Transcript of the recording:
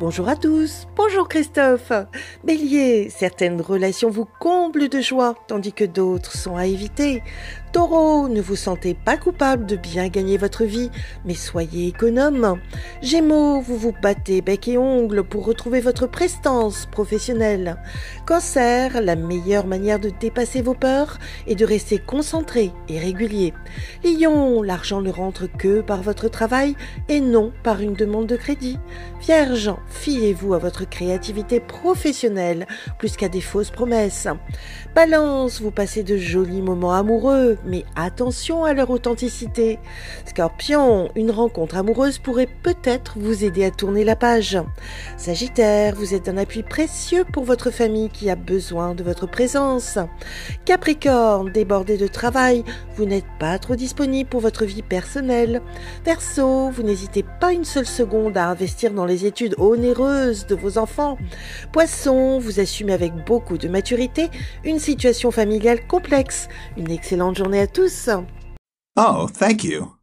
Bonjour à tous, bonjour Christophe. Bélier, certaines relations vous comblent de joie, tandis que d'autres sont à éviter. Taureau, ne vous sentez pas coupable de bien gagner votre vie, mais soyez économe. Gémeaux, vous vous battez bec et ongle pour retrouver votre prestance professionnelle. Cancer, la meilleure manière de dépasser vos peurs est de rester concentré et régulier. Lion, l'argent ne rentre que par votre travail et non par une demande de crédit. Vierge, fiez-vous à votre créativité professionnelle plus qu'à des fausses promesses. Balance, vous passez de jolis moments amoureux, mais attention à leur authenticité. Scorpion, une rencontre amoureuse pourrait peut-être vous aider à tourner la page. Sagittaire, vous êtes un appui précieux pour votre famille qui a besoin de votre présence. Capricorne, débordé de travail, vous n'êtes pas trop disponible pour votre vie personnelle. Verseau, vous n'hésitez pas une seule seconde à investir dans les études onéreuse de vos enfants. Poisson, vous assumez avec beaucoup de maturité une situation familiale complexe. Une excellente journée à tous. Oh, thank you.